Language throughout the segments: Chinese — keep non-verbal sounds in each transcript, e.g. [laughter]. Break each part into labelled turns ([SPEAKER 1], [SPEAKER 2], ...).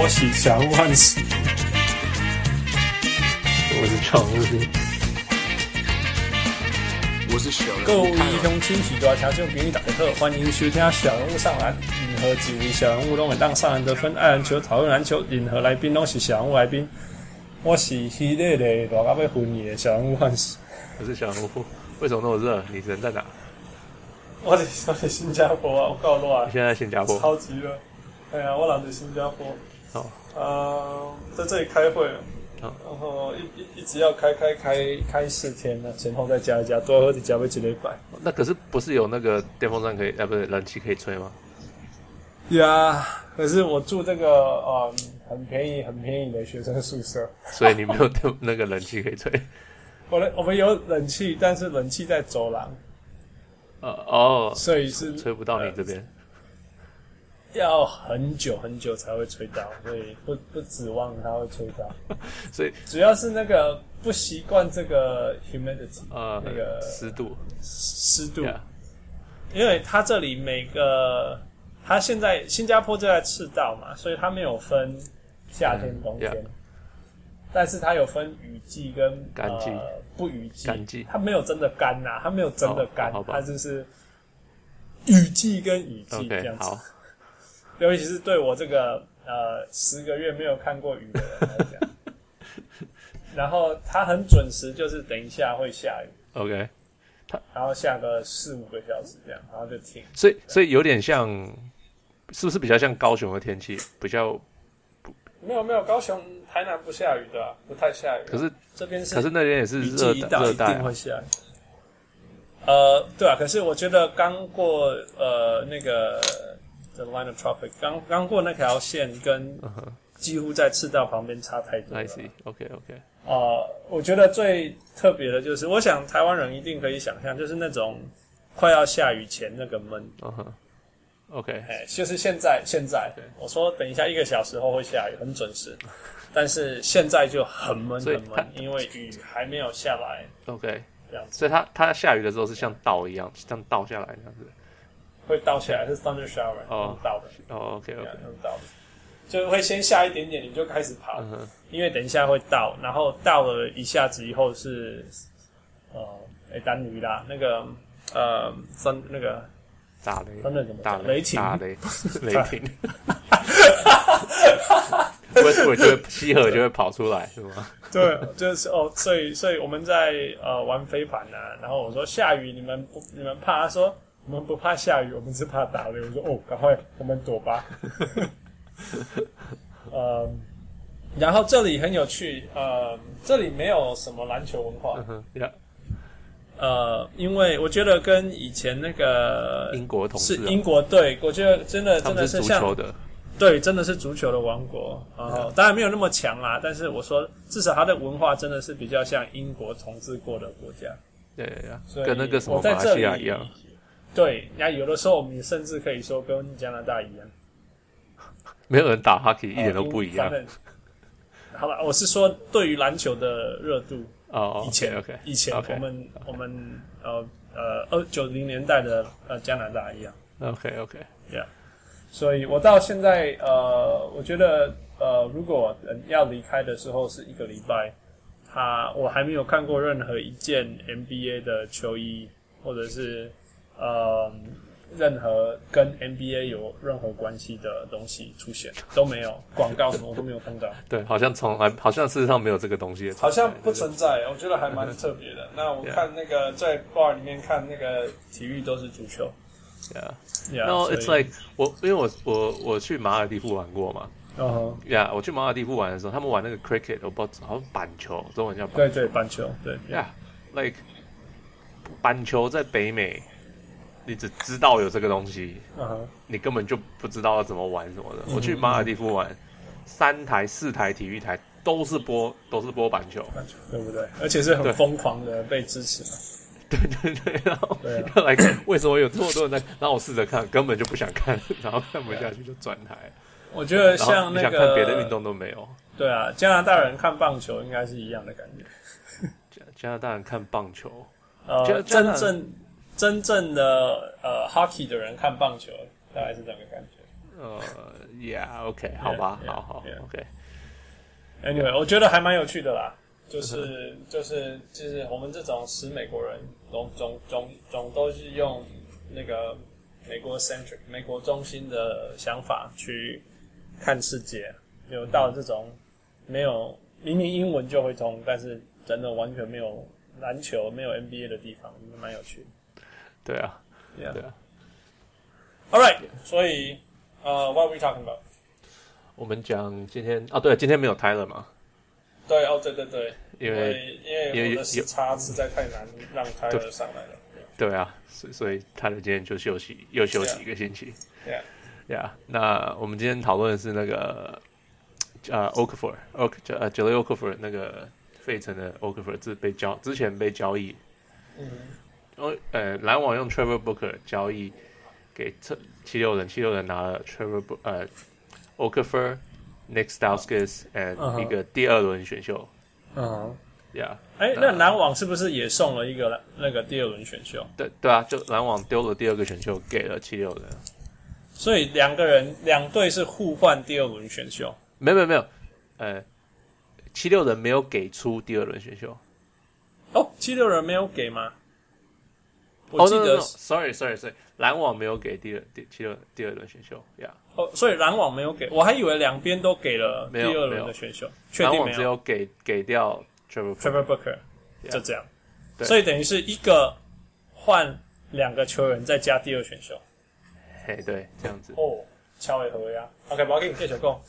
[SPEAKER 1] 我喜祥万喜，
[SPEAKER 2] 我是常务，
[SPEAKER 3] 我是小人
[SPEAKER 1] 各位
[SPEAKER 3] 物看
[SPEAKER 1] 义
[SPEAKER 3] 了
[SPEAKER 1] 兄亲戚都要调酒给你打个特，欢迎收听小人物上篮。任何几位小人物都会当上篮得分，爱篮球、讨论篮球，任何来宾都是小人物来宾。我是迄个的热到要昏去的小人物万喜。
[SPEAKER 2] 我是小农夫。为什么那么热？你人在哪？
[SPEAKER 1] 我是我是新加坡啊，我够热
[SPEAKER 2] 你，现在在新加坡。
[SPEAKER 1] 超级热。哎呀，我人在新加坡。
[SPEAKER 2] 哦，
[SPEAKER 1] 呃，在这里开会，啊
[SPEAKER 2] 好
[SPEAKER 1] 然后一一一直要开开开开四天了，前后再加一加，多喝点加杯几礼拜。
[SPEAKER 2] 那可是不是有那个电风扇可以？啊，不是冷气可以吹吗？
[SPEAKER 1] 呀可是我住这个嗯很便宜很便宜的学生宿舍， [laughs]
[SPEAKER 2] 所以你没有电那个冷气可以吹。
[SPEAKER 1] 我的我们有冷气，但是冷气在走廊，
[SPEAKER 2] 呃哦，
[SPEAKER 1] 所以是
[SPEAKER 2] 吹不到你这边。
[SPEAKER 1] 要很久很久才会吹到，所以不不指望它会吹到，
[SPEAKER 2] 所以
[SPEAKER 1] 主要是那个不习惯这个 humidity
[SPEAKER 2] 呃
[SPEAKER 1] 那个，
[SPEAKER 2] 湿度。
[SPEAKER 1] 湿度。
[SPEAKER 2] Yeah，
[SPEAKER 1] 因为它这里每个，它现在新加坡就在赤道嘛，所以它没有分夏天、
[SPEAKER 2] 嗯
[SPEAKER 1] 冬天
[SPEAKER 2] yeah
[SPEAKER 1] 但是它有分雨季跟
[SPEAKER 2] 干季
[SPEAKER 1] 呃、不雨季。
[SPEAKER 2] 干季
[SPEAKER 1] 它没有真的干呐、它没有真的干，
[SPEAKER 2] 哦好吧
[SPEAKER 1] 它就是雨季跟雨季这
[SPEAKER 2] OK，
[SPEAKER 1] 样子。
[SPEAKER 2] 好。
[SPEAKER 1] 尤其是对我这个呃十个月没有看过雨的人来讲， [laughs] 然后它很准时，就是等一下会下雨，
[SPEAKER 2] OK，
[SPEAKER 1] 然后下个四五个小时这样，然后就停。
[SPEAKER 2] 所以所以有点像，是不是比较像高雄的天气？比较
[SPEAKER 1] 没有没有，高雄、台南不下雨的啊、不太下雨啊、
[SPEAKER 2] 可是
[SPEAKER 1] 这边是
[SPEAKER 2] 可是那边也是
[SPEAKER 1] 雨
[SPEAKER 2] 热
[SPEAKER 1] 季一
[SPEAKER 2] 带
[SPEAKER 1] 到
[SPEAKER 2] 热
[SPEAKER 1] 一
[SPEAKER 2] 带
[SPEAKER 1] 定
[SPEAKER 2] 啊
[SPEAKER 1] 会。下雨。呃，对啊，可是我觉得刚过呃那个 The Line of Tropic，刚刚过那条线跟
[SPEAKER 2] 嗯哼
[SPEAKER 1] 几乎在赤道旁边差太多了
[SPEAKER 2] ，I。see。OK OK，
[SPEAKER 1] 呃，我觉得最特别的就是，我想台湾人一定可以想象，就是那种快要下雨前那个闷，
[SPEAKER 2] 嗯哼，OK，
[SPEAKER 1] 哎，就是现在，现在
[SPEAKER 2] 对
[SPEAKER 1] 我说等一下一个小时后会下雨，很准时，但是现在就很闷
[SPEAKER 2] 所以
[SPEAKER 1] 很
[SPEAKER 2] 它
[SPEAKER 1] 闷，因为雨还没有下来，
[SPEAKER 2] OK，
[SPEAKER 1] 这样子
[SPEAKER 2] 所以它它下雨的时候是像倒一样，像倒下来那样子。
[SPEAKER 1] 会倒下来，是 thunder shower，
[SPEAKER 2] 哦
[SPEAKER 1] 会倒的，
[SPEAKER 2] 哦
[SPEAKER 1] 这
[SPEAKER 2] ，OK
[SPEAKER 1] 样
[SPEAKER 2] OK，
[SPEAKER 1] 会倒的，就会先下一点点，你就开始跑，
[SPEAKER 2] 嗯哼，
[SPEAKER 1] 因为等一下会倒，然后倒了一下子以后是，呃，哎，单驴啦，那个呃，三那个
[SPEAKER 2] 打雷，
[SPEAKER 1] thunder 怎么
[SPEAKER 2] 打
[SPEAKER 1] 讲雷霆
[SPEAKER 2] 打
[SPEAKER 1] [laughs]
[SPEAKER 2] 雷，雷霆。我我就会吸河就会跑出来是吗？
[SPEAKER 1] [laughs] 对，就是哦，所以所以我们在呃玩飞盘啊，然后我说下雨你们不你们怕？他说我们不怕下雨，我们是怕打雷。我说哦，赶快我们躲吧。 [laughs] 呃，然后这里很有趣，呃，这里没有什么篮球文化
[SPEAKER 2] [laughs] 嗯，哼，呀
[SPEAKER 1] 呃，因为我觉得跟以前那个
[SPEAKER 2] 英国同
[SPEAKER 1] 是
[SPEAKER 2] 事啊，
[SPEAKER 1] 英国队，我觉得真的
[SPEAKER 2] 他
[SPEAKER 1] 真的
[SPEAKER 2] 们
[SPEAKER 1] 是
[SPEAKER 2] 足
[SPEAKER 1] 像
[SPEAKER 2] 球的，
[SPEAKER 1] 对，真的是足球的王国。然
[SPEAKER 2] 嗯
[SPEAKER 1] 后当然没有那么强啦，但是我说至少它的文化真的是比较像英国统治过的国家，
[SPEAKER 2] 对呀，
[SPEAKER 1] 所以
[SPEAKER 2] 跟那个什么
[SPEAKER 1] 我在
[SPEAKER 2] 马来
[SPEAKER 1] 这
[SPEAKER 2] 西亚
[SPEAKER 1] 里
[SPEAKER 2] 一样。
[SPEAKER 1] 对，那有的时候我们也甚至可以说跟加拿大一样，
[SPEAKER 2] 没有人打 hockey 一点都不一样
[SPEAKER 1] 反。正好了，我是说对于篮球的热度，
[SPEAKER 2] 哦，
[SPEAKER 1] 以前
[SPEAKER 2] OK，
[SPEAKER 1] 以前
[SPEAKER 2] OK，
[SPEAKER 1] 我们我们呃呃二九零年代的呃加拿大一样。
[SPEAKER 2] OK OK，
[SPEAKER 1] 所以我到现在呃，我觉得呃，如果呃要离开的时候是一个礼拜，他我还没有看过任何一件 NBA 的球衣，或者是呃任何跟 NBA 有任何关系的东西出现都没有，广告什么我都没有看到，
[SPEAKER 2] 对，好像从来好像事实上没有这个东西，
[SPEAKER 1] 好像不存在，哦我觉得还蛮特别的。那我
[SPEAKER 2] Yeah
[SPEAKER 1] 看那个在 bar 里面看那个体育都是足球
[SPEAKER 2] Yeah.
[SPEAKER 1] ，Yeah，
[SPEAKER 2] No, it's
[SPEAKER 1] 所以
[SPEAKER 2] like 我因为我我我去马尔地夫玩过嘛，
[SPEAKER 1] 嗯哼，
[SPEAKER 2] 呀、yeah,，我去马尔地夫玩的时候，他们玩那个 cricket，我不知道好像板球，中文叫板
[SPEAKER 1] 对对，板球，对
[SPEAKER 2] ，Yeah，like 板球在北美，你只知道有这个东西，
[SPEAKER 1] 嗯哼，
[SPEAKER 2] 你根本就不知道要怎么玩什么的。我去马尔地夫玩，三台四台体育台都是播都是播板球， [laughs]
[SPEAKER 1] 篮球，对不对？而且是
[SPEAKER 2] 对
[SPEAKER 1] 很疯狂的被支持嘛。
[SPEAKER 2] 对对对，然后
[SPEAKER 1] 对啊
[SPEAKER 2] [laughs] 来、为什么有这么多人在？然后我试着看，根本就不想看，然后看不下去就转台，
[SPEAKER 1] 我觉得
[SPEAKER 2] 然后
[SPEAKER 1] 像
[SPEAKER 2] 你
[SPEAKER 1] 那
[SPEAKER 2] 想
[SPEAKER 1] 个
[SPEAKER 2] 看别的运，动都没有。
[SPEAKER 1] 对啊，加拿大人看棒球应该是一样的感觉。
[SPEAKER 2] 加加拿大人看棒球，
[SPEAKER 1] 呃，
[SPEAKER 2] 加加拿
[SPEAKER 1] 真正真正的呃 hockey 的人看棒球，大概是这样的感觉。
[SPEAKER 2] 呃，Yeah，OK，、好吧
[SPEAKER 1] Yeah,
[SPEAKER 2] 好好
[SPEAKER 1] yeah, yeah.
[SPEAKER 2] OK，
[SPEAKER 1] Anyway，我觉得还蛮有趣的啦，就是就是就是我们这种死美国人，总总总总都是用那个美国 centric 美国中心的想法去看世界，有到这种没有明明英文就会通，但是真的完全没有篮球没有 NBA 的地方，我觉得蛮有趣的。
[SPEAKER 2] 对啊，
[SPEAKER 1] Yeah.
[SPEAKER 2] 对啊。
[SPEAKER 1] All right，所以呃、w h a t are we talking about？
[SPEAKER 2] 我们讲今天啊，对，今天没有 Tyler 嘛，
[SPEAKER 1] 对哦，对对对，
[SPEAKER 2] 因
[SPEAKER 1] 因
[SPEAKER 2] 为
[SPEAKER 1] 为因为我的时差实在太难让泰勒上来了。
[SPEAKER 2] 对啊，所以所以 Tyler 今天就休息，又休息
[SPEAKER 1] Yeah.
[SPEAKER 2] 一个星期。
[SPEAKER 1] Yeah，
[SPEAKER 2] Yeah，那我们今天讨论的是那个呃 o k f o r o k 呃 j a l e o k f o r 那个费城的 o k f o r 是被交之前被交易，
[SPEAKER 1] 嗯
[SPEAKER 2] 哦呃篮网用 Trevor Booker 交易给七七六人，七六人拿了 Trevor Bo- 呃 o k f o r Nick Stauskas
[SPEAKER 1] Uh-huh.
[SPEAKER 2] and 一个第二轮选秀
[SPEAKER 1] 嗯，
[SPEAKER 2] ，Yeah，
[SPEAKER 1] 哎，
[SPEAKER 2] 那
[SPEAKER 1] 那篮网是不是也送了一个那个第二轮选秀？
[SPEAKER 2] 对对啊，就篮网丢了第二个选秀给了七六人，
[SPEAKER 1] 所以两个人两队是互换第二轮选秀。
[SPEAKER 2] 没有没有没有，呃，七六人没有给出第二轮选秀。
[SPEAKER 1] 哦，七六人没有给吗？我
[SPEAKER 2] 哦
[SPEAKER 1] 记
[SPEAKER 2] ，no
[SPEAKER 1] 得
[SPEAKER 2] no no，sorry sorry sorry，篮网没有给第二第第六第二轮选秀，yeah，
[SPEAKER 1] 哦，所以篮网没有给，我还以为两边都给了第
[SPEAKER 2] 没有
[SPEAKER 1] 二
[SPEAKER 2] 没
[SPEAKER 1] 轮
[SPEAKER 2] 有
[SPEAKER 1] 的选秀，确
[SPEAKER 2] 篮
[SPEAKER 1] 定
[SPEAKER 2] 网
[SPEAKER 1] 没
[SPEAKER 2] 只有给给掉 Trevor Booker，
[SPEAKER 1] Trevor Booker，
[SPEAKER 2] Yeah
[SPEAKER 1] 就这样。
[SPEAKER 2] 对
[SPEAKER 1] 所以等于是一个换两个球员，再加第二选秀。
[SPEAKER 2] 嘿，对，这样子
[SPEAKER 1] 哦，敲一回呀。OK，我要跟你继续讲。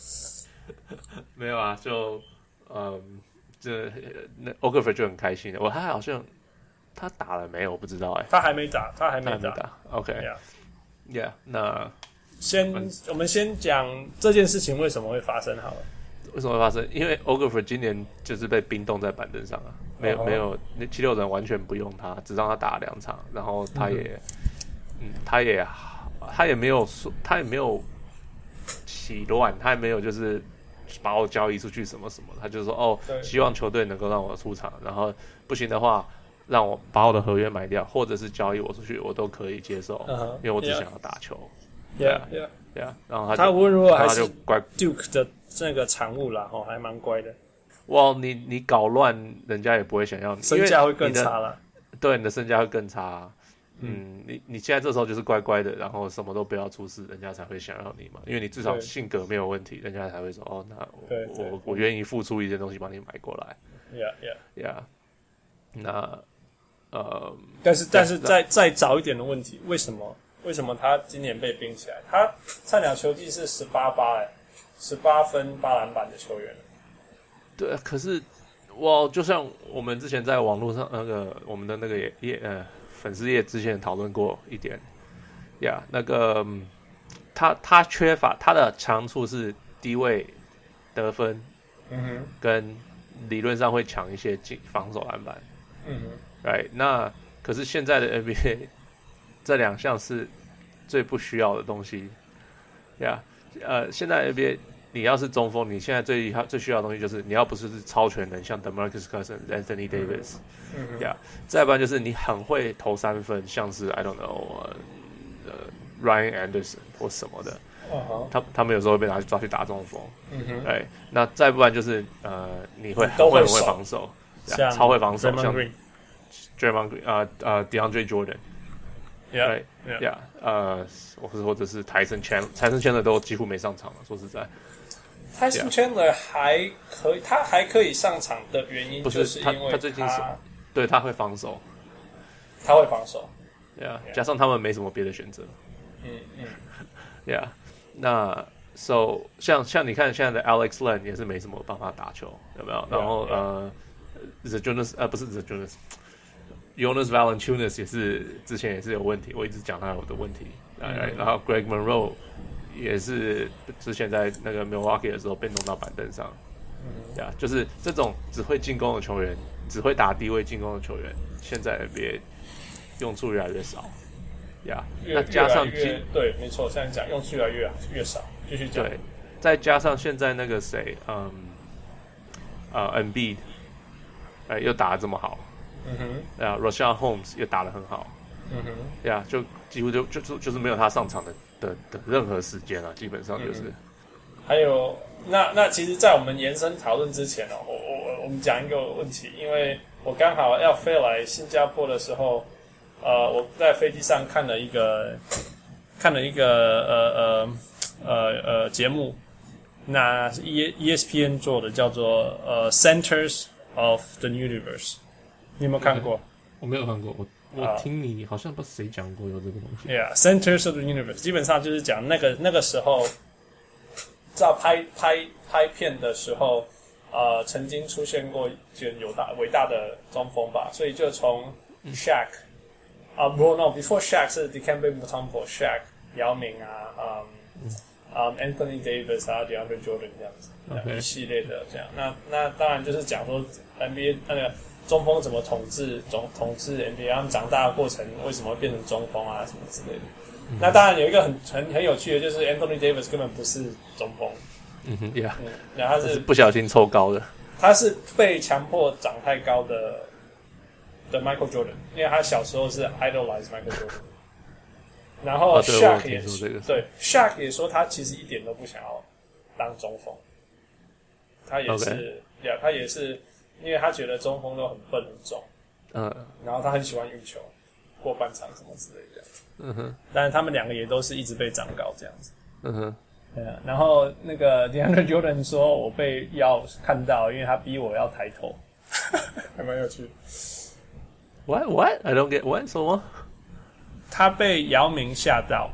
[SPEAKER 2] 没有啊，就嗯，这那 o k f o r 就很开心的，我他好像他打了没有，我不知道哎、
[SPEAKER 1] 他还没打，他还
[SPEAKER 2] 他
[SPEAKER 1] 没
[SPEAKER 2] 还没
[SPEAKER 1] 打。
[SPEAKER 2] 打，OK，yeah，、
[SPEAKER 1] Yeah
[SPEAKER 2] 那
[SPEAKER 1] 先，我们先讲这件事情为什么会发生好了。
[SPEAKER 2] 为什么会发生？因为 o k f o r 今年就是被冰冻在板凳上啊，没有、
[SPEAKER 1] 哦
[SPEAKER 2] 没有，那七六人完全不用他，只让他打两场，然后他也，嗯他也他也没有说，他也没有起乱，他也没有就是把我交易出去什么什么的，他就说哦
[SPEAKER 1] 对，
[SPEAKER 2] 希望球队能够让我出场，然后不行的话。让我把我的合约买掉，或者是交易我出去，我都可以接受
[SPEAKER 1] 嗯哼
[SPEAKER 2] 因为我只
[SPEAKER 1] Yeah
[SPEAKER 2] 想要打球，
[SPEAKER 1] Yeah, yeah。
[SPEAKER 2] 对啊。然后他就
[SPEAKER 1] 他无论如何还
[SPEAKER 2] 他
[SPEAKER 1] 是
[SPEAKER 2] 就乖
[SPEAKER 1] Duke 的那个产物啦，哦，还蛮乖的，
[SPEAKER 2] 哇，你你搞乱，人家也不会想要你，
[SPEAKER 1] 身价
[SPEAKER 2] 因
[SPEAKER 1] 会
[SPEAKER 2] 为
[SPEAKER 1] 更
[SPEAKER 2] 你的
[SPEAKER 1] 差啦。
[SPEAKER 2] 对，你的身价会更差啊、嗯，你你现在这时候就是乖乖的，然后什么都不要出事，人家才会想要你嘛，因为你至少
[SPEAKER 1] 对
[SPEAKER 2] 性格没有问题，人家才会说哦，那
[SPEAKER 1] 对
[SPEAKER 2] 我
[SPEAKER 1] 对
[SPEAKER 2] 我我愿意付出一件东西把你买过来
[SPEAKER 1] Yeah, yeah。
[SPEAKER 2] ，Yeah，那呃，
[SPEAKER 1] 但是，但是
[SPEAKER 2] 那
[SPEAKER 1] 再再早一点的问题，为什么为什么他今年被冰起来？他菜鸟球技是十八八哎，十八分八篮板的球员。
[SPEAKER 2] 对，可是我就像我们之前在网络上那个我们的那个也也呃粉丝页之前讨论过一点，呀、那个、嗯他他缺乏他的长处是低位得分
[SPEAKER 1] 嗯哼，
[SPEAKER 2] 跟理论上会抢一些进防守篮板
[SPEAKER 1] 嗯哼。
[SPEAKER 2] ，right？那可是现在的 NBA [laughs] 这两项是最不需要的东西，呀、呃，现在 NBA 你要是中锋，你现在最最需要的东西就是你要不是是超全能，像 DeMarcus Cousins、Anthony Davis，
[SPEAKER 1] 嗯哼
[SPEAKER 2] 呀、再不然就是你很会投三分，像是 I don't know 呃、呃 Ryan Anderson 或什么的，
[SPEAKER 1] 嗯哼，
[SPEAKER 2] 他他们有时候会被拿去抓去打中锋，
[SPEAKER 1] 嗯哼，
[SPEAKER 2] 哎，那再不然就是呃，你会
[SPEAKER 1] 都会
[SPEAKER 2] 很
[SPEAKER 1] 守
[SPEAKER 2] 会防守，对啊超会防守，像
[SPEAKER 1] Green，
[SPEAKER 2] Draymond Green 啊啊 DeAndre Jordan，
[SPEAKER 1] yeah,
[SPEAKER 2] 对
[SPEAKER 1] yeah.
[SPEAKER 2] 呀，呃，或是或者是台森圈，台森圈的都几乎没上场了。说实在，
[SPEAKER 1] Tyson Chandler 还可以，他还可以上场的原因
[SPEAKER 2] 不是
[SPEAKER 1] 就是
[SPEAKER 2] 他
[SPEAKER 1] 因为
[SPEAKER 2] 他最近是
[SPEAKER 1] 他
[SPEAKER 2] 对他会防守，
[SPEAKER 1] 他会防守，
[SPEAKER 2] 对啊
[SPEAKER 1] Yeah，
[SPEAKER 2] 加上他们没什么别的选择，
[SPEAKER 1] 嗯嗯，
[SPEAKER 2] 对啊，那 so 像像你看现在的 Alex Len 也是没什么办法打球，有没有？然后
[SPEAKER 1] yeah
[SPEAKER 2] 呃，The Jonas 呃不是 The Jonas。Jonas Valanciunas 也是之前也是有问题，我一直讲他有的问题。来
[SPEAKER 1] 嗯
[SPEAKER 2] 来然后 Greg Monroe 也是之前在那个 Milwaukee 的时候被弄到板凳上。
[SPEAKER 1] 嗯
[SPEAKER 2] 对啊，就是这种只会进攻的球员，只会打低位进攻的球员，现在 NBA 用处越来越少。呀、
[SPEAKER 1] 越
[SPEAKER 2] 那加上
[SPEAKER 1] 越来
[SPEAKER 2] 今
[SPEAKER 1] 越对，没错，像你讲用处越来越越少，继续讲，
[SPEAKER 2] 对，再加上现在那个谁，嗯，呃，NB，哎、又打得这么好，
[SPEAKER 1] 嗯哼，
[SPEAKER 2] 啊 r o s h a n Holmes 又打得很好，
[SPEAKER 1] 嗯哼，
[SPEAKER 2] 对啊，就几乎就就就就是没有他上场的的的任何时间啊，基本上就是。
[SPEAKER 1] 还有，那那其实，在我们延伸讨论之前哦，我我我我们讲一个问题，因为我刚好要飞来新加坡的时候，呃，我在飞机上看了一个看了一个呃呃呃呃节目，那是 E ESPN 做的，叫做呃 Centers of the Universe，你有没有看过？
[SPEAKER 2] 我没有看过，我
[SPEAKER 1] 啊
[SPEAKER 2] 我听你好像不知道谁讲过有这个东西。
[SPEAKER 1] Yeah，Centers of the Universe，基本上就是讲那个那个时候，在拍拍拍片的时候，呃，曾经出现过就有大伟大的中锋吧，所以就从 Shaq 啊、不 n o before Shaq 是 Dikembe Mutombo，Shaq、姚明啊，嗯、啊、Anthony Davis 啊，DeAndre Jordan 这样子
[SPEAKER 2] OK
[SPEAKER 1] 一系列的这样。那那当然就是讲说 NBA 那个中锋怎么统治总统治 NBA，他们长大的过程为什么会变成中锋啊什么之类的。
[SPEAKER 2] 嗯
[SPEAKER 1] 那当然有一个很很很有趣的，就是 Anthony Davis 根本不是中锋，
[SPEAKER 2] 嗯哼，Yeah，
[SPEAKER 1] 嗯，然后他
[SPEAKER 2] 这是
[SPEAKER 1] 是
[SPEAKER 2] 不小心凑高的。
[SPEAKER 1] 他是被强迫长太高的的 Michael Jordan，因为他小时候是 idolize Michael Jordan。然后
[SPEAKER 2] 哦对我有
[SPEAKER 1] Shaq 也、
[SPEAKER 2] 听说这个
[SPEAKER 1] 对 Shaq 也说他其实一点都不想要当中锋，他也是呀他也是因为他觉得中锋都很笨很重，
[SPEAKER 2] 嗯
[SPEAKER 1] 然后他很喜欢运球过半场什么之类的。
[SPEAKER 2] 嗯哼
[SPEAKER 1] 但是他们两个也都是一直被长高这样子。
[SPEAKER 2] 嗯哼
[SPEAKER 1] 对啊，然后那个 DeAndre Jordan 说，我被要看到，因为他逼我要抬头， [laughs] 还蛮有趣的。
[SPEAKER 2] ，What what I don't get what 什么？
[SPEAKER 1] 他被姚明吓到，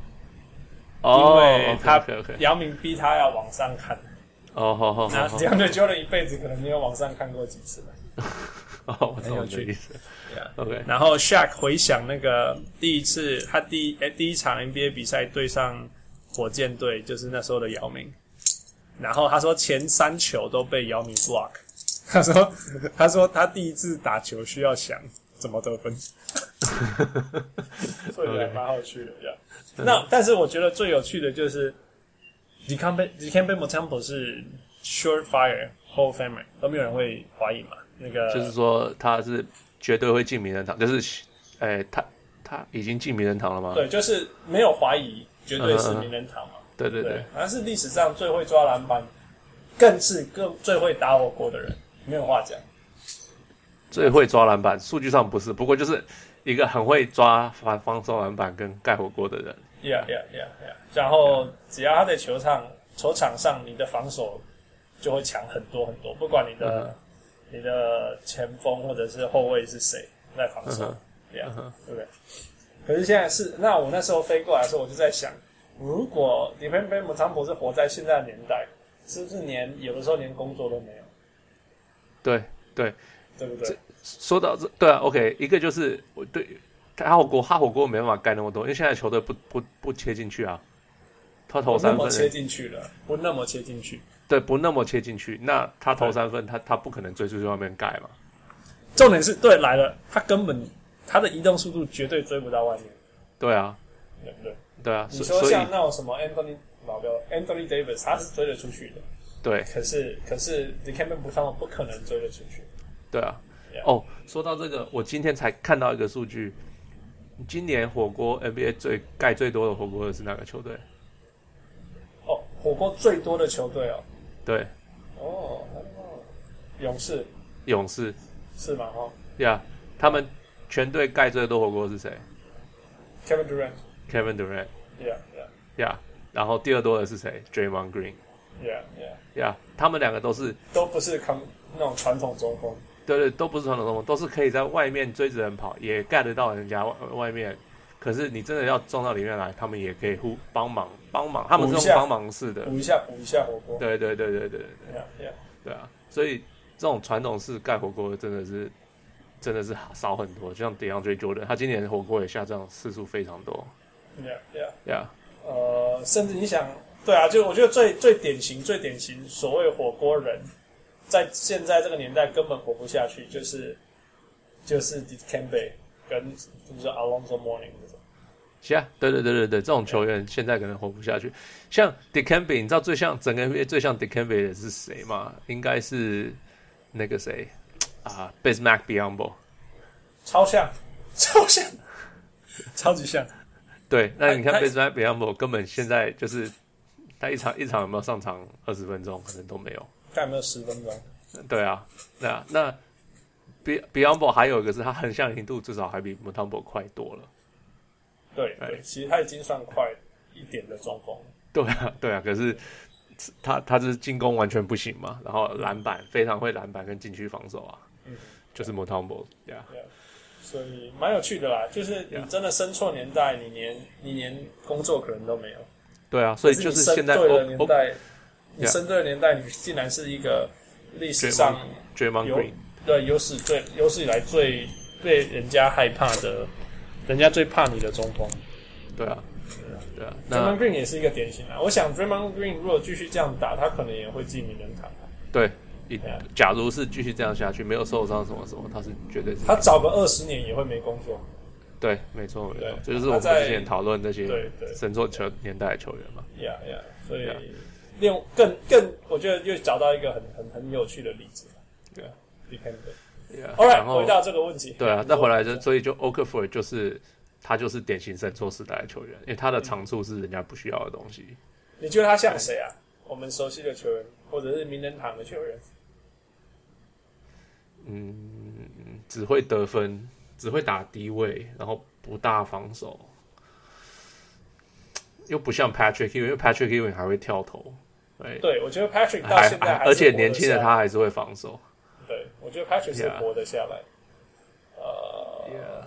[SPEAKER 1] 因
[SPEAKER 2] 哦
[SPEAKER 1] 为他
[SPEAKER 2] OK OK，
[SPEAKER 1] 姚明逼他要往上看，
[SPEAKER 2] 哦好好
[SPEAKER 1] 那
[SPEAKER 2] 好好，
[SPEAKER 1] DeAndre Jordan 一辈子可能没有往上看过几次了。
[SPEAKER 2] 哦我懂
[SPEAKER 1] 有
[SPEAKER 2] 你的
[SPEAKER 1] 趣
[SPEAKER 2] 意思。
[SPEAKER 1] Yeah
[SPEAKER 2] OK，
[SPEAKER 1] 然后 Shaq 回想那个第一次，他第一、诶第一场 NBA 比赛对上火箭队，就是那时候的姚明。然后他说前三球都被姚明 block。他说 [laughs] 他说他第一次打球需要想怎么得分，
[SPEAKER 2] [laughs]
[SPEAKER 1] 所以还蛮好趣的。Yeah 那但是我觉得最有趣的就是 d e c a m b e d e c a m b e m o t e m p o 是 Short Fire Whole Family 都没有人会怀疑嘛？那个
[SPEAKER 2] 就是说他是绝对会进名人堂，就是哎他他已经进名人堂了吗？
[SPEAKER 1] 对，就是没有怀疑，绝对是名人堂嘛。
[SPEAKER 2] 对对
[SPEAKER 1] 对
[SPEAKER 2] 对，，
[SPEAKER 1] 他是历史上最会抓篮板，更是更最会打火锅的人，没有话讲。
[SPEAKER 2] 最会抓篮板，数据上不是，不过就是一个很会抓防防守篮板跟盖火锅的人。
[SPEAKER 1] Yeah, yeah, yeah, yeah。然后只要他在球场球场上，你的防守就会强很多很多，不管你的、你的前锋或者是后卫是谁在防守
[SPEAKER 2] 嗯
[SPEAKER 1] Yeah，
[SPEAKER 2] 哼
[SPEAKER 1] 对不对？可是现在是，那我那时候飞过来的时候，我就在想，如果 d e p e n d e n 汤博是活在现在的年代，是不是连有的时候连工作都没有，
[SPEAKER 2] 对对，
[SPEAKER 1] 对不对？
[SPEAKER 2] 说到这，对啊，OK，一个就是我对他火锅，他火锅没办法盖那么多，因为现在球队不不不切进去啊，他投
[SPEAKER 1] 不那
[SPEAKER 2] 三
[SPEAKER 1] 么切
[SPEAKER 2] 分，
[SPEAKER 1] 进去了，不那么切进去。
[SPEAKER 2] 对，不那么切进去，那他投三分，他他不可能追出去外面盖嘛，
[SPEAKER 1] 重点是对来了，他根本他的移动速度绝对追不到外面，
[SPEAKER 2] 对啊，
[SPEAKER 1] 对不对？
[SPEAKER 2] 对啊，
[SPEAKER 1] 你
[SPEAKER 2] 所
[SPEAKER 1] 说
[SPEAKER 2] 所以
[SPEAKER 1] 像那种什么 Anthony 老标 Anthony Davis，他是追得出去的，
[SPEAKER 2] 对
[SPEAKER 1] 可是可是 d e c a m b e 不上不可能追得出去。
[SPEAKER 2] 对啊
[SPEAKER 1] Yeah.，
[SPEAKER 2] 哦，说到这个，我今天才看到一个数据，今年火锅 NBA 最盖最多的火锅的是哪个球队？
[SPEAKER 1] 哦，火锅最多的球队哦，
[SPEAKER 2] 对，
[SPEAKER 1] 哦，I don't know，勇士
[SPEAKER 2] 勇士，
[SPEAKER 1] 是吗？哦
[SPEAKER 2] 呀、他们全队盖最多火锅是谁
[SPEAKER 1] ，Kevin Durant，Yeah
[SPEAKER 2] ？Kevin Durant，
[SPEAKER 1] Yeah
[SPEAKER 2] 呀、然后第二多的是谁？Draymond Green。
[SPEAKER 1] Yeah Yeah，
[SPEAKER 2] 呀他们两个都是，
[SPEAKER 1] 都不是康那种传统中锋。
[SPEAKER 2] 对对，都不是传统中锋，都是可以在外面追着人跑，也盖得到人家外外面。可是你真的要撞到里面来，他们也可以互帮忙帮忙，他们
[SPEAKER 1] 补一
[SPEAKER 2] 是
[SPEAKER 1] 下
[SPEAKER 2] 用帮忙式的
[SPEAKER 1] 补。一下补一下火锅。
[SPEAKER 2] 对对对对对对
[SPEAKER 1] Yeah Yeah，
[SPEAKER 2] 对啊！所以这种传统式盖火锅真的是真的是少很多，就像 DeAndre Jordan，他今年火锅也下降次数非常多。
[SPEAKER 1] Yeah Yeah。
[SPEAKER 2] 呀、
[SPEAKER 1] 呃，甚至你想，对啊，就我觉得最最典型、最典型所谓火锅人，在现在这个年代根本活不下去，就是就是 d i c a m b e 跟就是 Alonso Morning 这种。
[SPEAKER 2] 是啊，对对对对对，这种球员现在可能活不下去。像 Dicambe，你知道最像整个 NBA 最像 Dicambe 的是谁吗？应该是那个谁啊，Bismack
[SPEAKER 1] [laughs]
[SPEAKER 2] Biombo。
[SPEAKER 1] 超像，超像，超级像。
[SPEAKER 2] 对，那你看
[SPEAKER 1] 他
[SPEAKER 2] b e z b a b i a m b o 根本现在就是他一场一场有没有上场二十分钟，可能都没有。
[SPEAKER 1] 看有没有十分钟。
[SPEAKER 2] 对啊，那那 Be Beyondbo 还有一个是他横向赢度至少还比 Mutombo 快多了。
[SPEAKER 1] 对对，其实他已经算快一点的中锋了。
[SPEAKER 2] 对啊，对啊，可是他他就是进攻完全不行嘛，然后篮板非常会篮板跟禁区防守啊，
[SPEAKER 1] 嗯
[SPEAKER 2] 就是 Mutombo 呀、yeah。
[SPEAKER 1] 所以蛮有趣的啦，就是你
[SPEAKER 2] Yeah.
[SPEAKER 1] 真的生错年代，你连你连工作可能都没有。
[SPEAKER 2] 对啊，所以
[SPEAKER 1] 可
[SPEAKER 2] 就是
[SPEAKER 1] 你
[SPEAKER 2] 是
[SPEAKER 1] 生
[SPEAKER 2] 现在哦
[SPEAKER 1] 对
[SPEAKER 2] 我
[SPEAKER 1] 的年
[SPEAKER 2] 我
[SPEAKER 1] 代，你
[SPEAKER 2] Yeah.
[SPEAKER 1] 生对的年代，你竟然是一个历史上
[SPEAKER 2] d r a m o n
[SPEAKER 1] 有
[SPEAKER 2] Green
[SPEAKER 1] 对有史最有史以来最被人家害怕的，人家最怕你的中锋。
[SPEAKER 2] 对啊，对啊，那
[SPEAKER 1] Draymond Green 也是一个典型啊，我想 Draymond Green 如果继续这样打，他可能也会进名人堂啊。
[SPEAKER 2] 对，一
[SPEAKER 1] Yeah.
[SPEAKER 2] 假如是继续这样下去，没有受伤什么什么，他是绝对是
[SPEAKER 1] 他早个二十年也会没工作。
[SPEAKER 2] 对，没错没
[SPEAKER 1] 对
[SPEAKER 2] 错，这就是我们
[SPEAKER 1] 他在
[SPEAKER 2] 之前讨论那些
[SPEAKER 1] 对对
[SPEAKER 2] 神作球年代的球员嘛。
[SPEAKER 1] Yeah, yeah. 所以
[SPEAKER 2] Yeah.
[SPEAKER 1] 另更更，我觉得又找到一个很很很有趣的例子吧。对
[SPEAKER 2] Yeah.
[SPEAKER 1] 啊，dependent。
[SPEAKER 2] Yeah,
[SPEAKER 1] All
[SPEAKER 2] 然
[SPEAKER 1] right，
[SPEAKER 2] 后
[SPEAKER 1] 回到这个问题。
[SPEAKER 2] 对啊，那回来就所以就 o k f o r 就是他就是典型神作时代的球员，因为他的长处是人家不需要的东西。
[SPEAKER 1] 你觉得他像谁啊？我们熟悉的球员，或者是名人堂的球员？
[SPEAKER 2] 只会得分，只会打低位，然后不大防守，又不像 Patrick Ewing，因为 Patrick Ewing 还会跳投，对，
[SPEAKER 1] 对，我觉得 Patrick 到
[SPEAKER 2] 还
[SPEAKER 1] 现在
[SPEAKER 2] 还
[SPEAKER 1] 还是
[SPEAKER 2] 而且
[SPEAKER 1] 活得
[SPEAKER 2] 年轻的
[SPEAKER 1] 下
[SPEAKER 2] 他，还是会防守。
[SPEAKER 1] 对我觉得 Patrick 是
[SPEAKER 2] Yeah.
[SPEAKER 1] 活得下来。
[SPEAKER 2] Yeah.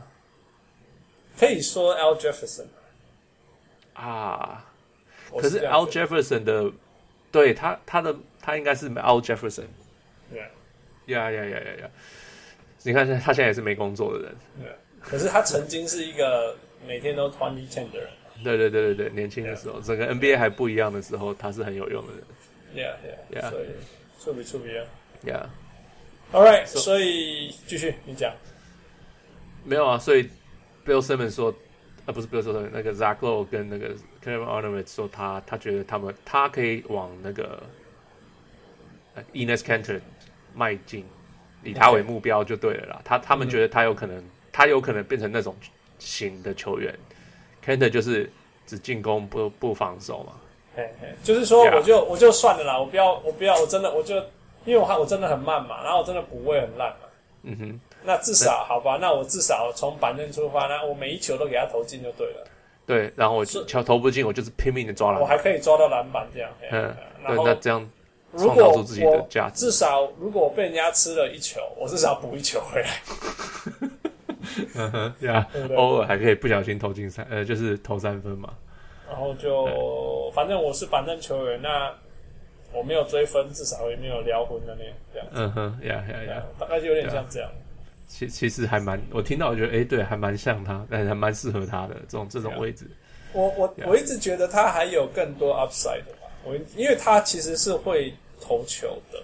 [SPEAKER 1] 可以说 Al Jefferson，
[SPEAKER 2] 啊，
[SPEAKER 1] 我
[SPEAKER 2] 可是
[SPEAKER 1] 这样
[SPEAKER 2] Al
[SPEAKER 1] 觉得
[SPEAKER 2] Jefferson 的，对他他的他应该是 Al Jefferson，
[SPEAKER 1] Yeah,
[SPEAKER 2] 呀呀呀呀呀！你看，他现在也是没工作的人，
[SPEAKER 1] yeah. 可是他曾经是一个每天都 twenty ten 的人。
[SPEAKER 2] [laughs] 对对对对对，年轻的时候，整个 NBA 还不一样的时候，他是很有用的人
[SPEAKER 1] Yeah, yeah.
[SPEAKER 2] Yeah.
[SPEAKER 1] 所以出比出比啊。
[SPEAKER 2] 呀。
[SPEAKER 1] All right，
[SPEAKER 2] So-
[SPEAKER 1] 所以继续你讲。
[SPEAKER 2] 没有啊，所以 Bill Simmons 说，呃，不是 Bill Simmons，那个 Zach Lowe 跟那个 Kevin Arnovitz 说他，他觉得他们他可以往那个、呃、Enes Kanter 迈进，以他为目标就对了啦。他他们觉得他有可能，他有可能变成那种型的球员。Kanter 就是只进攻不不防守嘛，
[SPEAKER 1] 嘿嘿，就是说，
[SPEAKER 2] Yeah.
[SPEAKER 1] 我就我就算了啦，我不要，我不要，我真的，我就因为我我真的很慢嘛，然后我真的补位很烂嘛。
[SPEAKER 2] 嗯哼，
[SPEAKER 1] 那至少好吧，那我至少从板凳出发，那我每一球都给他投进就对了，
[SPEAKER 2] 对，然后我
[SPEAKER 1] 是
[SPEAKER 2] 球投不进，我就是拼命的抓
[SPEAKER 1] 我
[SPEAKER 2] 篮
[SPEAKER 1] 还
[SPEAKER 2] 板，
[SPEAKER 1] 可以抓到篮板这样。嘿
[SPEAKER 2] 嗯，
[SPEAKER 1] 然
[SPEAKER 2] 对，
[SPEAKER 1] 后
[SPEAKER 2] 那这样
[SPEAKER 1] 如
[SPEAKER 2] 创造
[SPEAKER 1] 果
[SPEAKER 2] 出自己的
[SPEAKER 1] 我
[SPEAKER 2] 价值
[SPEAKER 1] 至少如果我被人家吃了一球，我至少补一球回来。
[SPEAKER 2] [laughs] 对啊
[SPEAKER 1] 对不对
[SPEAKER 2] 偶尔还可以不小心投进三，呃，就是投三分嘛。
[SPEAKER 1] 然后
[SPEAKER 2] 嗯
[SPEAKER 1] 就反正我是板凳球员，那我没有追分，至少也没有撩昏的那样，这样
[SPEAKER 2] 嗯啊哼，呀呀呀，
[SPEAKER 1] 大概就有点像这样。
[SPEAKER 2] 其其实还蛮，我听到我觉得，诶，对，还蛮像他，但还蛮适合他的这种这种位置。
[SPEAKER 1] 我我我一直觉得他还有更多 upside 的吧，我因为他其实是会投球的，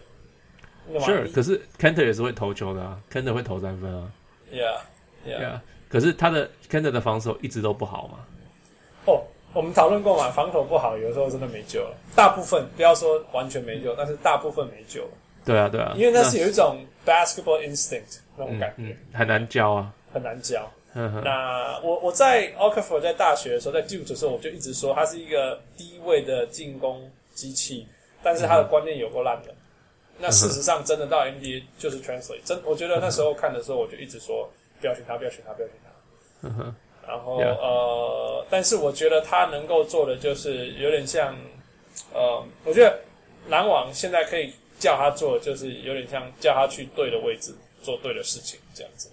[SPEAKER 1] 那么
[SPEAKER 2] Sure，可是 Kanter 也是会投球的啊，Kanter 会投三分啊。
[SPEAKER 1] yeah yeah，
[SPEAKER 2] Yeah，可是他的 Kanter 的防守一直都不好嘛。
[SPEAKER 1] 哦，我们讨论过嘛，防守不好，有时候真的没救了，大部分不要说完全没救，但是大部分没救了，
[SPEAKER 2] 对啊，对啊，
[SPEAKER 1] 因为那是有一种 basketball instinct 那种
[SPEAKER 2] 嗯
[SPEAKER 1] 感觉，
[SPEAKER 2] 嗯很难教啊。嗯
[SPEAKER 1] 很难教。
[SPEAKER 2] 哼哼
[SPEAKER 1] 那我我在 o c k f o r 在大学的时候，在 Duke 的时候，我就一直说他是一个低位的进攻机器，但是他
[SPEAKER 2] 嗯
[SPEAKER 1] 的观念有够烂的。那事实上，真的到 NBA 就是 translate。真，我觉得那时候看的时候，我就一直说不要选他，不要选他，不要选他。然后
[SPEAKER 2] Yeah
[SPEAKER 1] 呃，但是我觉得他能够做的就是有点像，呃，我觉得篮网现在可以叫他做，就是有点像叫他去对的位置做对的事情这样子。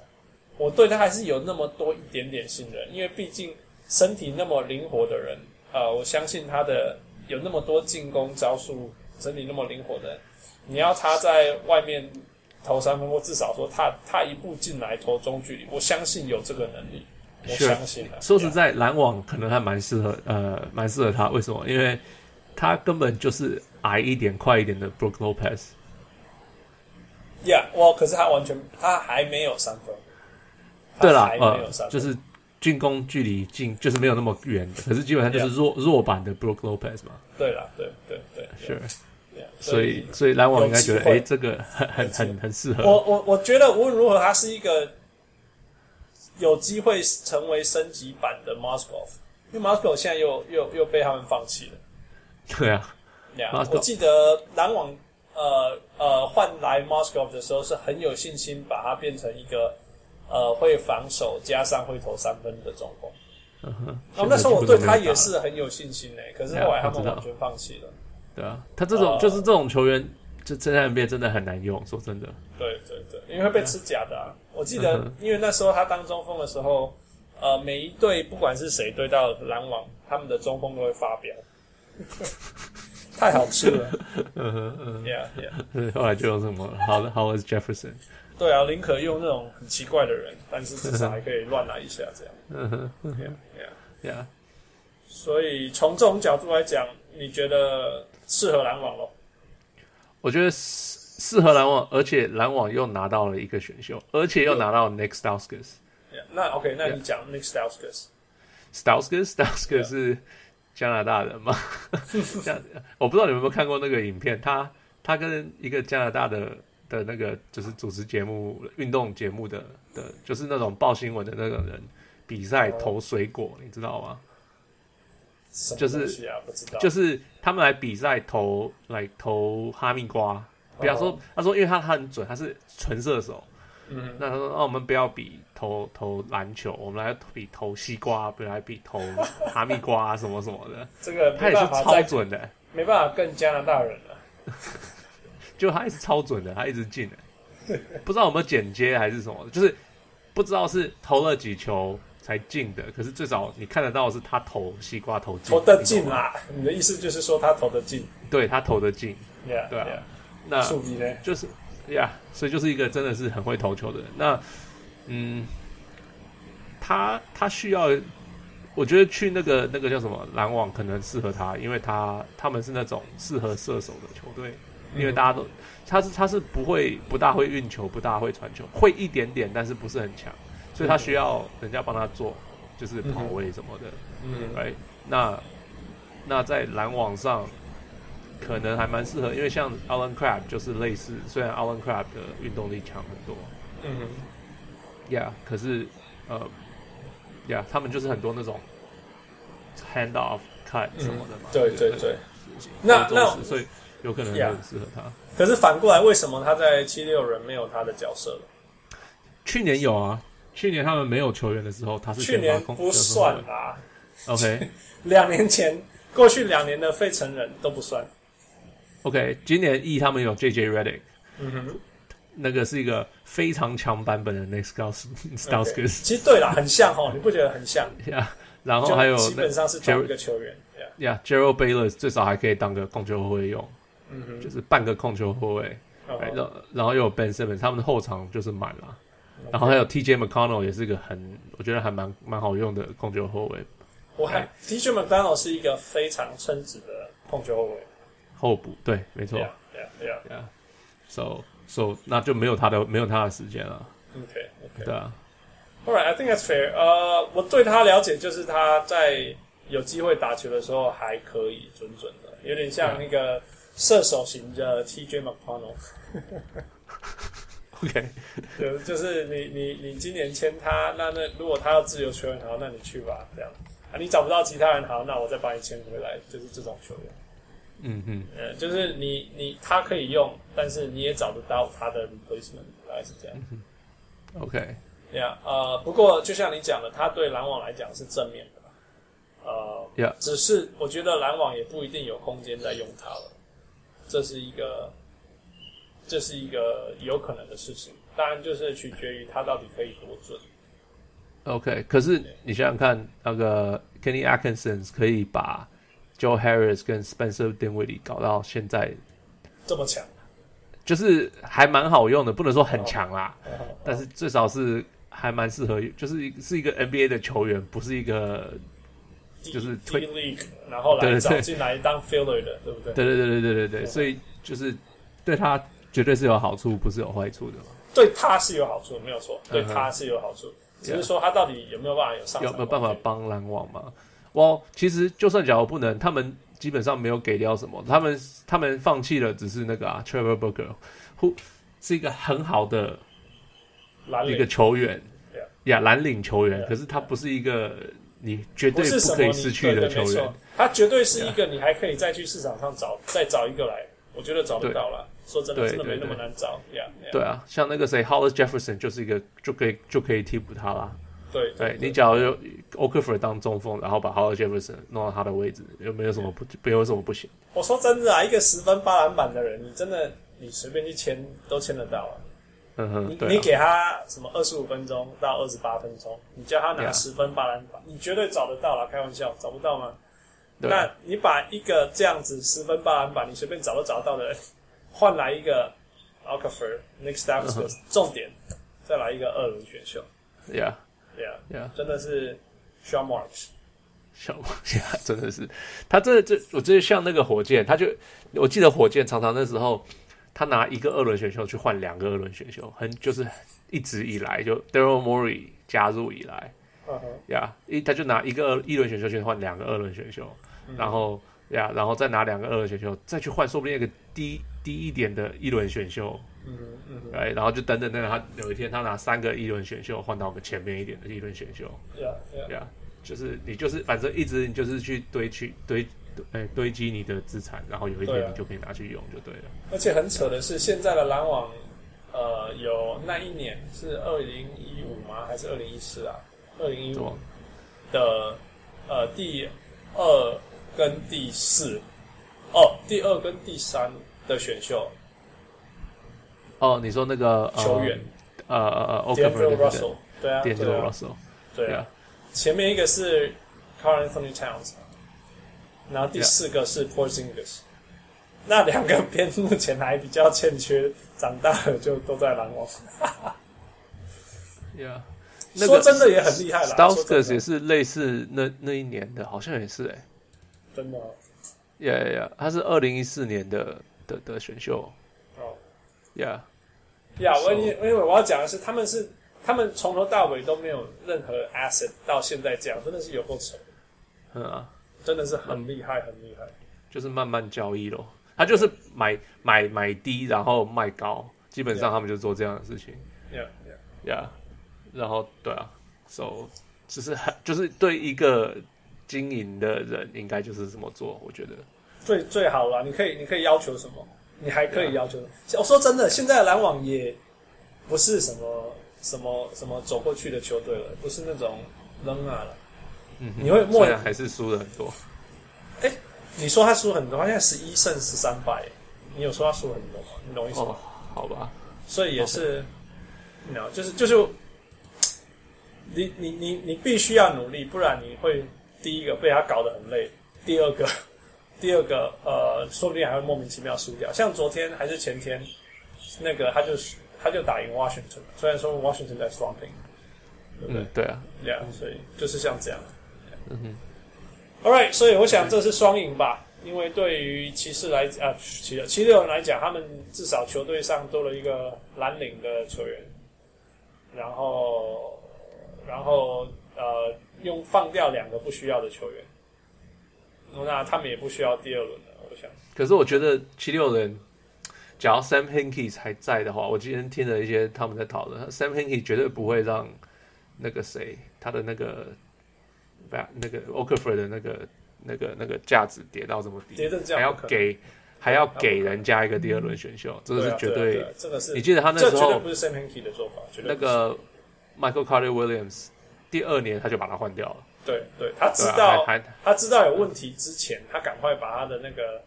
[SPEAKER 1] 我对他还是有那么多一点点信任，因为毕竟身体那么灵活的人，呃，我相信他的有那么多进攻招数，身体那么灵活的人，你要他在外面投三分，或至少说他他一步进来投中距离，我相信有这个能力，我
[SPEAKER 2] Sure
[SPEAKER 1] 相信啊。
[SPEAKER 2] 说实在，篮网可能还蛮适合，呃，蛮适合他。为什么？因为他根本就是矮一点、快一点的 Brook Lopez。
[SPEAKER 1] ，Yeah，我可是他完全他还没有三分，他
[SPEAKER 2] 对啦
[SPEAKER 1] 还，没
[SPEAKER 2] 呃
[SPEAKER 1] 有三，分，
[SPEAKER 2] 就是进攻距离近，就是没有那么
[SPEAKER 1] [laughs]
[SPEAKER 2] 远的，可是基本上就是弱弱版的 Brook Lopez 嘛，
[SPEAKER 1] 对啦，对对对，
[SPEAKER 2] 是，
[SPEAKER 1] yeah，
[SPEAKER 2] 所以所以篮网应该觉得，
[SPEAKER 1] 有机会
[SPEAKER 2] 哎，这个很很很很适合，
[SPEAKER 1] 我我我觉得无论如何，他是一个有机会成为升级版的 Moskov，因为 Moscow 现在又又又被他们放弃了。
[SPEAKER 2] [laughs] 对啊，
[SPEAKER 1] 对啊
[SPEAKER 2] Moscow
[SPEAKER 1] 我记得篮网呃呃换来 Moscow 的时候是很有信心把它变成一个呃会防守加上会投三分的中锋。
[SPEAKER 2] 嗯哼
[SPEAKER 1] 然后哦那时候我对他也，
[SPEAKER 2] 现在几乎都没有打了
[SPEAKER 1] 是啊很有信心诶、可是后来他们
[SPEAKER 2] 对啊我知道
[SPEAKER 1] 完全放弃了。
[SPEAKER 2] 对啊，他这种、
[SPEAKER 1] 呃
[SPEAKER 2] 就是这种球员，就真在 NBA 真的很难用，说真的， [laughs]
[SPEAKER 1] 对对对，因为会被吃假的、啊。我记得
[SPEAKER 2] 嗯哼，
[SPEAKER 1] 因为那时候他当中锋的时候，呃，每一队不管是谁对到篮网，他们的中锋都会发
[SPEAKER 2] [laughs]
[SPEAKER 1] 飙，太好吃了。
[SPEAKER 2] 嗯哼嗯
[SPEAKER 1] ，Yeah Yeah，
[SPEAKER 2] 哼，后来就用什么好的 Howard Jefferson，
[SPEAKER 1] 对啊，宁可用那种很奇怪的人，但是至少还可以乱来一下这样。
[SPEAKER 2] 嗯哼嗯哼
[SPEAKER 1] Yeah Yeah，
[SPEAKER 2] ，Yeah，
[SPEAKER 1] 所以从这种角度来讲，你觉得适合篮网咯？
[SPEAKER 2] 我觉得适适合篮网，而且篮网又拿到了一个选秀，而且又拿到 Nick Stauskas。
[SPEAKER 1] Yeah, 那 OK，那你讲 Nick Stauskas，
[SPEAKER 2] Stauskas Stauskas 是加拿大人嘛？ [laughs] 加我不知道你们有没有看过那个影片，他他跟一个加拿大的的那个就是主持节目、运动节目的的，就是那种报新闻的那个人比赛投水果，你知道吗？
[SPEAKER 1] 什么
[SPEAKER 2] 就是
[SPEAKER 1] 东西啊？不知道，
[SPEAKER 2] 就是他们来比赛投来投哈密瓜，比方说
[SPEAKER 1] 哦
[SPEAKER 2] 他说因为他他很准，他是纯射手，
[SPEAKER 1] 嗯
[SPEAKER 2] 那他说：“哦那我们不要比投投篮球，我们来比投西瓜，不要来比投哈密瓜、什么什么的。
[SPEAKER 1] 这个”
[SPEAKER 2] 他
[SPEAKER 1] 没
[SPEAKER 2] 也是
[SPEAKER 1] 办法
[SPEAKER 2] 超
[SPEAKER 1] 再
[SPEAKER 2] 准的，
[SPEAKER 1] 没办法跟加拿大人了。
[SPEAKER 2] 就他也是超准的，他一直进的。不知道有没有剪接还是什么，就是不知道是投了几球才进的，可是至少你看得到是他投西瓜投进，
[SPEAKER 1] 投得进
[SPEAKER 2] 啊，
[SPEAKER 1] 啦！你的意思就是说他投得进
[SPEAKER 2] 对他投得进，
[SPEAKER 1] ，Yeah，
[SPEAKER 2] 对啊那
[SPEAKER 1] yeah，数比呢？
[SPEAKER 2] 就是呀所以就是一个真的是很会投球的人。那嗯，他他需要，我觉得去那个那个叫什么篮网可能适合他，因为他他们是那种适合射手的球队，因为大家都他是他是不会不大会运球，不大会传球，会一点点，但是不是很强，所以他需要人家帮他做，就是跑位什么的。
[SPEAKER 1] 嗯，
[SPEAKER 2] right？那那在篮网上可能还蛮适合，因为像 Alan Crab 就是类似，虽然 Alan Crab 的运动力强很多
[SPEAKER 1] 嗯
[SPEAKER 2] ，yeah，可是呃，yeah，他们就是很多那种 hand off cut
[SPEAKER 1] 嗯
[SPEAKER 2] 什么的嘛，
[SPEAKER 1] 对对对。那
[SPEAKER 2] 那那所以有可能会
[SPEAKER 1] Yeah
[SPEAKER 2] 很适合他。
[SPEAKER 1] 可是反过来，为什么他在七六人没有他的角色了？
[SPEAKER 2] 去年有啊，去年他们没有球员的时候，他是
[SPEAKER 1] 去
[SPEAKER 2] 先发
[SPEAKER 1] 年
[SPEAKER 2] 控
[SPEAKER 1] 不算啦，
[SPEAKER 2] OK
[SPEAKER 1] 两年前，过去两年的费城人都不算。
[SPEAKER 2] OK，今年 E 他们有 JJ Redick。
[SPEAKER 1] 嗯哼
[SPEAKER 2] 那个是一个非常强版本的 Next Gus
[SPEAKER 1] ，OK，
[SPEAKER 2] Stauskas， [laughs]
[SPEAKER 1] 其实对啦，很像哦，你不觉得很像？
[SPEAKER 2] 呀，然后
[SPEAKER 1] 就
[SPEAKER 2] 哦还有
[SPEAKER 1] 基
[SPEAKER 2] 那
[SPEAKER 1] 本上是同一个球员。Yeah，
[SPEAKER 2] 呀 g e r a l d Bayless 最少还可以当个控球后卫用，
[SPEAKER 1] 嗯哼
[SPEAKER 2] 就是半个控球后卫。哎
[SPEAKER 1] 哦
[SPEAKER 2] 然后然后又有 Ben Simmons，他们的后场就是满了。然后还有 T.J. McConnell 也是个很，我觉得还蛮蛮好用的控球后卫
[SPEAKER 1] 我还
[SPEAKER 2] 哎
[SPEAKER 1] DJ McDonald 是一个非常称职的控球后卫。
[SPEAKER 2] 后补，对，没错
[SPEAKER 1] Yeah，Yeah，Yeah，OK，OK。
[SPEAKER 2] ，Yeah。So so 那就没有他的没有他的时间了，
[SPEAKER 1] OK，OK
[SPEAKER 2] 对啊，
[SPEAKER 1] Alright, I think that's fair. 呃、我对他了解就是他在有机会打球的时候还可以准准的，有点像
[SPEAKER 2] Yeah.
[SPEAKER 1] 那个射手型的 TJ McConnell。
[SPEAKER 2] OK，
[SPEAKER 1] 对，就是你你你今年签他，那那如果他要自由球员，好，那你去吧，这样。啊，你找不到其他人，好，那我再把你签回来，就是这种球员。
[SPEAKER 2] 嗯嗯，
[SPEAKER 1] 呃，就是你你他可以用，但是你也找得到他的 replacement，大概是这样。
[SPEAKER 2] ，OK，
[SPEAKER 1] Yeah，呃，不过就像你讲的，他对篮网来讲是正面的吧，呃
[SPEAKER 2] Yeah
[SPEAKER 1] 只是我觉得篮网也不一定有空间再用他了，这是一个，这是一个有可能的事情，当然就是取决于他到底可以多准。
[SPEAKER 2] OK，可是你想想看，那个 Kenny Atkinson 可以把 Joe Harris 跟 Spencer Dinwiddie 搞到现在，
[SPEAKER 1] 这么
[SPEAKER 2] [laughs]
[SPEAKER 1] 强，
[SPEAKER 2] 就是还蛮好用的，不能说很强啦，
[SPEAKER 1] 然后
[SPEAKER 2] 但是至少是还蛮适合，就是一是一个 NBA 的球员，不是一个
[SPEAKER 1] 第
[SPEAKER 2] 就是
[SPEAKER 1] 第
[SPEAKER 2] 推
[SPEAKER 1] 一 league，然后
[SPEAKER 2] 对
[SPEAKER 1] 来
[SPEAKER 2] 对
[SPEAKER 1] 找进来当 filler 的，对不对？
[SPEAKER 2] 对对对对对对对，所以就是对他绝对是有好处，不是有坏处的嘛。
[SPEAKER 1] 对他是有好处，没有错，对
[SPEAKER 2] 嗯哼
[SPEAKER 1] 他是有好处，只
[SPEAKER 2] Yeah
[SPEAKER 1] 是说他到底有没有办法有上
[SPEAKER 2] 有
[SPEAKER 1] 场
[SPEAKER 2] 没有办法
[SPEAKER 1] 空间
[SPEAKER 2] 帮篮网吗？我其实就算假如不能，他们基本上没有给掉什么，他们他们放弃了，只是那个啊，Trevor Booker，who 是一个很好的
[SPEAKER 1] 蓝
[SPEAKER 2] 一
[SPEAKER 1] 领
[SPEAKER 2] 个球员
[SPEAKER 1] Yeah，
[SPEAKER 2] 呀，蓝领球员
[SPEAKER 1] Yeah，
[SPEAKER 2] 可是他不是一个你绝对
[SPEAKER 1] 不是什
[SPEAKER 2] 可
[SPEAKER 1] 么
[SPEAKER 2] 以
[SPEAKER 1] 你
[SPEAKER 2] 失去的
[SPEAKER 1] 对对
[SPEAKER 2] 球
[SPEAKER 1] 没
[SPEAKER 2] 员
[SPEAKER 1] 错。，他绝对是一个你还可以再去市场上找再找一个来，我觉得找得到了。说真的，
[SPEAKER 2] 对
[SPEAKER 1] 真的没
[SPEAKER 2] 对
[SPEAKER 1] 那么
[SPEAKER 2] 对
[SPEAKER 1] 难找。Yeah, yeah,
[SPEAKER 2] 对啊，像那个谁 Hollis Jefferson 就是一个就可以就可以替补他啦。
[SPEAKER 1] 对
[SPEAKER 2] 对你假如 o k f o r 当中锋，然后把 Hollis Jefferson 弄到他的位置，有没有什么不没有什么不行？
[SPEAKER 1] 我说真的啊，一个十分八篮板的人，你真的你随便去签都签得到啊。
[SPEAKER 2] 嗯
[SPEAKER 1] 你
[SPEAKER 2] 哼，
[SPEAKER 1] 你
[SPEAKER 2] 对啊，
[SPEAKER 1] 给他什么二十五分钟到二十八分钟，你叫他拿
[SPEAKER 2] Yeah
[SPEAKER 1] 十分八篮板，你绝对找得到啦，开玩笑，找不到吗？
[SPEAKER 2] 对
[SPEAKER 1] 那
[SPEAKER 2] 啊，
[SPEAKER 1] 你把一个这样子十分八篮板，你随便找都找得到的人，换来一个 a l c a f e r Nick
[SPEAKER 2] 嗯
[SPEAKER 1] Stauskas，、重点再来一个二轮选秀，
[SPEAKER 2] yeah
[SPEAKER 1] 对啊，
[SPEAKER 2] yeah。
[SPEAKER 1] 真的是 Shawn Marks，
[SPEAKER 2] 小 [laughs] 梦侠真的是，他真的这我真的像那个火箭，他就我记得火箭常常那时候他拿一个二轮选秀去换两个二轮选秀，很就是一直以来就 Daryl Morey 加入以来
[SPEAKER 1] 嗯哼，
[SPEAKER 2] 呀，一他就拿一个二一轮选秀去换两个二轮选秀，
[SPEAKER 1] 嗯
[SPEAKER 2] 然后呀，然后再拿两个二轮选秀再去换，说不定一个低低一点的一轮选秀，
[SPEAKER 1] 嗯哼嗯哼
[SPEAKER 2] 哎，然后就等等等等，他有一天他拿三个一轮选秀换到我们前面一点的一轮选秀，
[SPEAKER 1] ，Yeah Yeah，
[SPEAKER 2] 对啊，就是你就是反正一直你就是去堆去堆哎堆积你的资产，然后有一
[SPEAKER 1] 对啊
[SPEAKER 2] 天你就可以拿去用就对了。
[SPEAKER 1] 而且很扯的是，现在的篮网，呃，有那一年是二零一五吗？还是二零一四啊？二零一
[SPEAKER 2] 对
[SPEAKER 1] 五
[SPEAKER 2] 吧？
[SPEAKER 1] 的呃第二跟第四，哦，第二跟第三的选秀
[SPEAKER 2] 哦，你说那个呃
[SPEAKER 1] 球员
[SPEAKER 2] 呃呃呃
[SPEAKER 1] d a n v e
[SPEAKER 2] ，Okafor
[SPEAKER 1] r Russell，对啊，
[SPEAKER 2] d a n g e
[SPEAKER 1] 对
[SPEAKER 2] l
[SPEAKER 1] 啊，
[SPEAKER 2] Russell，
[SPEAKER 1] 对
[SPEAKER 2] 对
[SPEAKER 1] 啊
[SPEAKER 2] 啊，，
[SPEAKER 1] 前面一个是 Carl Anthony Towns，然后第
[SPEAKER 2] Yeah
[SPEAKER 1] 四个是 Porzingis，那两个边目前还比较欠缺，长大了就都在篮网。
[SPEAKER 2] 对啊。
[SPEAKER 1] 说真的也很厉害啦
[SPEAKER 2] s t a u s k a
[SPEAKER 1] 说真的
[SPEAKER 2] s 也是类似那那一年的，好像也是哎、
[SPEAKER 1] 真的哦
[SPEAKER 2] 呀呀呀，他是二零一四年的的的选秀
[SPEAKER 1] 哦。
[SPEAKER 2] ，Yeah，
[SPEAKER 1] 呀，我
[SPEAKER 2] So-
[SPEAKER 1] 因因为我要讲的是，他们是他们从头到尾都没有任何 asset，到现在这样，真的是有够丑，
[SPEAKER 2] 嗯啊，
[SPEAKER 1] 真的是很厉害，很厉害。
[SPEAKER 2] 就是慢慢交易咯。他就是买买买低，然后卖高，基本上
[SPEAKER 1] Yeah
[SPEAKER 2] 他们就做这样的事情。
[SPEAKER 1] Yeah, yeah.
[SPEAKER 2] Yeah，然后对啊，so 就是很就是对一个经营的人应该就是这么做，我觉得。
[SPEAKER 1] 最最好啦，你可以你可以要求什么？你还可以要求什么？我说真的，现在的篮网也不是什么什么什么走过去的球队了，不是那种扔啊了。
[SPEAKER 2] 嗯哼，
[SPEAKER 1] 你会默
[SPEAKER 2] 虽然还是输了很多，
[SPEAKER 1] 你说他输很多，他现在十一胜十三败，你有说他输很多吗？你懂我意思吗？
[SPEAKER 2] 哦，好吧，
[SPEAKER 1] 所以也是，你知道，就是就是，你你你你必须要努力，不然你会第一个被他搞得很累，第二个，第二个呃，说不定还会莫名其妙输掉。像昨天还是前天，那个他就他就打赢 Washington，了虽然说 Washington 在 slumping，对不对
[SPEAKER 2] 嗯，对啊，
[SPEAKER 1] ？Yeah，所以就是像这样。All right，所以我想这是双赢吧，因为对于骑士来啊，骑骑六人来讲，他们至少球队上多了一个蓝领的球员，然后然后呃，用放掉两个不需要的球员，那他们也不需要第二轮了，我想。
[SPEAKER 2] 可是我觉得七六人，假如 Sam Hinkie 还在的话，我今天听了一些他们在讨论，Sam Hinkie 绝对不会让那个谁他的那个，那个 o k f o r 的那个那个那个价值跌到这么低，
[SPEAKER 1] 跌成这样
[SPEAKER 2] 还要
[SPEAKER 1] 不可能
[SPEAKER 2] 给还要给人家一个第二轮选秀，这
[SPEAKER 1] 对
[SPEAKER 2] 是
[SPEAKER 1] 啊，
[SPEAKER 2] 绝
[SPEAKER 1] 对啊，对啊这个是
[SPEAKER 2] 你记得他那
[SPEAKER 1] 这
[SPEAKER 2] 时
[SPEAKER 1] 绝对
[SPEAKER 2] 候
[SPEAKER 1] 不是 Sam Hinkie 的做法，绝对啊
[SPEAKER 2] 那
[SPEAKER 1] 不是
[SPEAKER 2] 个 Michael Carter Williams 第二年他就把他换掉了，
[SPEAKER 1] 对对，他知
[SPEAKER 2] 对啊
[SPEAKER 1] 道、
[SPEAKER 2] 还还
[SPEAKER 1] 他知道有问题之前，他赶快把他的那个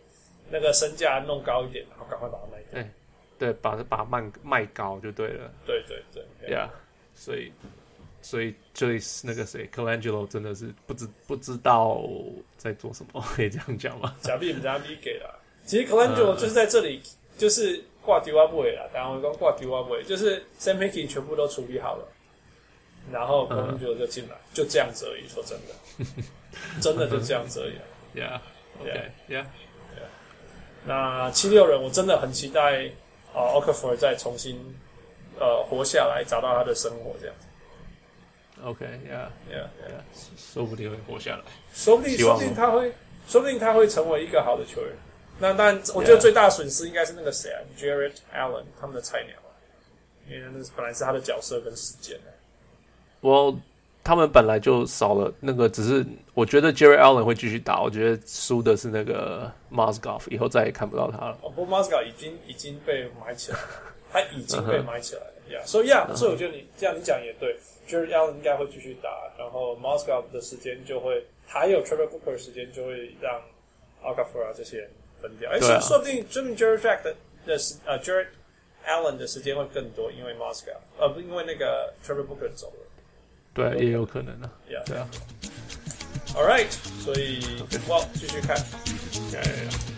[SPEAKER 1] 那个身价弄高一点，然后赶快把它卖掉。
[SPEAKER 2] 对，把把他卖卖高就对了
[SPEAKER 1] 对对对对
[SPEAKER 2] ，Yeah，所以所以所以那个谁 Colangelo 真的是不知不知道在做什么， [laughs] 可以这样讲吗？
[SPEAKER 1] 假币人家逼给了。其实 Colangelo 就是在这里，就是挂丢阿布韦啦，当然我刚挂丢阿布韦，就是 Sam Hinkie 全部都处理好了，然后 Colangelo 就进来，就这样子而已。说真的，真的就这样子而已啊。
[SPEAKER 2] Yeah，OK，Yeah，
[SPEAKER 1] 那七六人，我真的很期待啊、呃、，Okafor 再重新呃活下来，找到他的生活这样子。
[SPEAKER 2] OK，Yeah，
[SPEAKER 1] Yeah, yeah.
[SPEAKER 2] 说不定会活下来。
[SPEAKER 1] 说不定，
[SPEAKER 2] 希
[SPEAKER 1] 说
[SPEAKER 2] 望
[SPEAKER 1] 不定他会，说不定他会成为一个好的球员。那当然，我觉得
[SPEAKER 2] Yeah
[SPEAKER 1] 最大的损失应该是那个谁啊，Jared Allen 他们的菜鸟啊，因为那是本来是他的角色跟时间啊。
[SPEAKER 2] Well，他们本来就少了那个，只是我觉得 Jerry Allen 会继续打，我觉得输的是那个 Mozgov，以后再也看不到他了。
[SPEAKER 1] 哦，不过 m o s c o 已经已经被埋起来了，他已经被埋起来了。Yeah，所以
[SPEAKER 2] [laughs] 嗯
[SPEAKER 1] Yeah，所以我觉得你这样你讲也对，Jerry Allen 应该会继续打，然后 m o s c o 的时间就会，还有 Trevor Booker 的时间就会让 Alcafor 啊这些人分掉。哎、
[SPEAKER 2] 对啊
[SPEAKER 1] 说说不定说不定 Jerry Jack 的的时呃 Jerry Allen 的时间会更多，因为 m o s c o 呃不因为那个 Trevor Booker 走了。
[SPEAKER 2] 对，也有可能啊。
[SPEAKER 1] Yeah，
[SPEAKER 2] 对啊。
[SPEAKER 1] All right，所以 Well 继续看。
[SPEAKER 2] Yeah, yeah, yeah.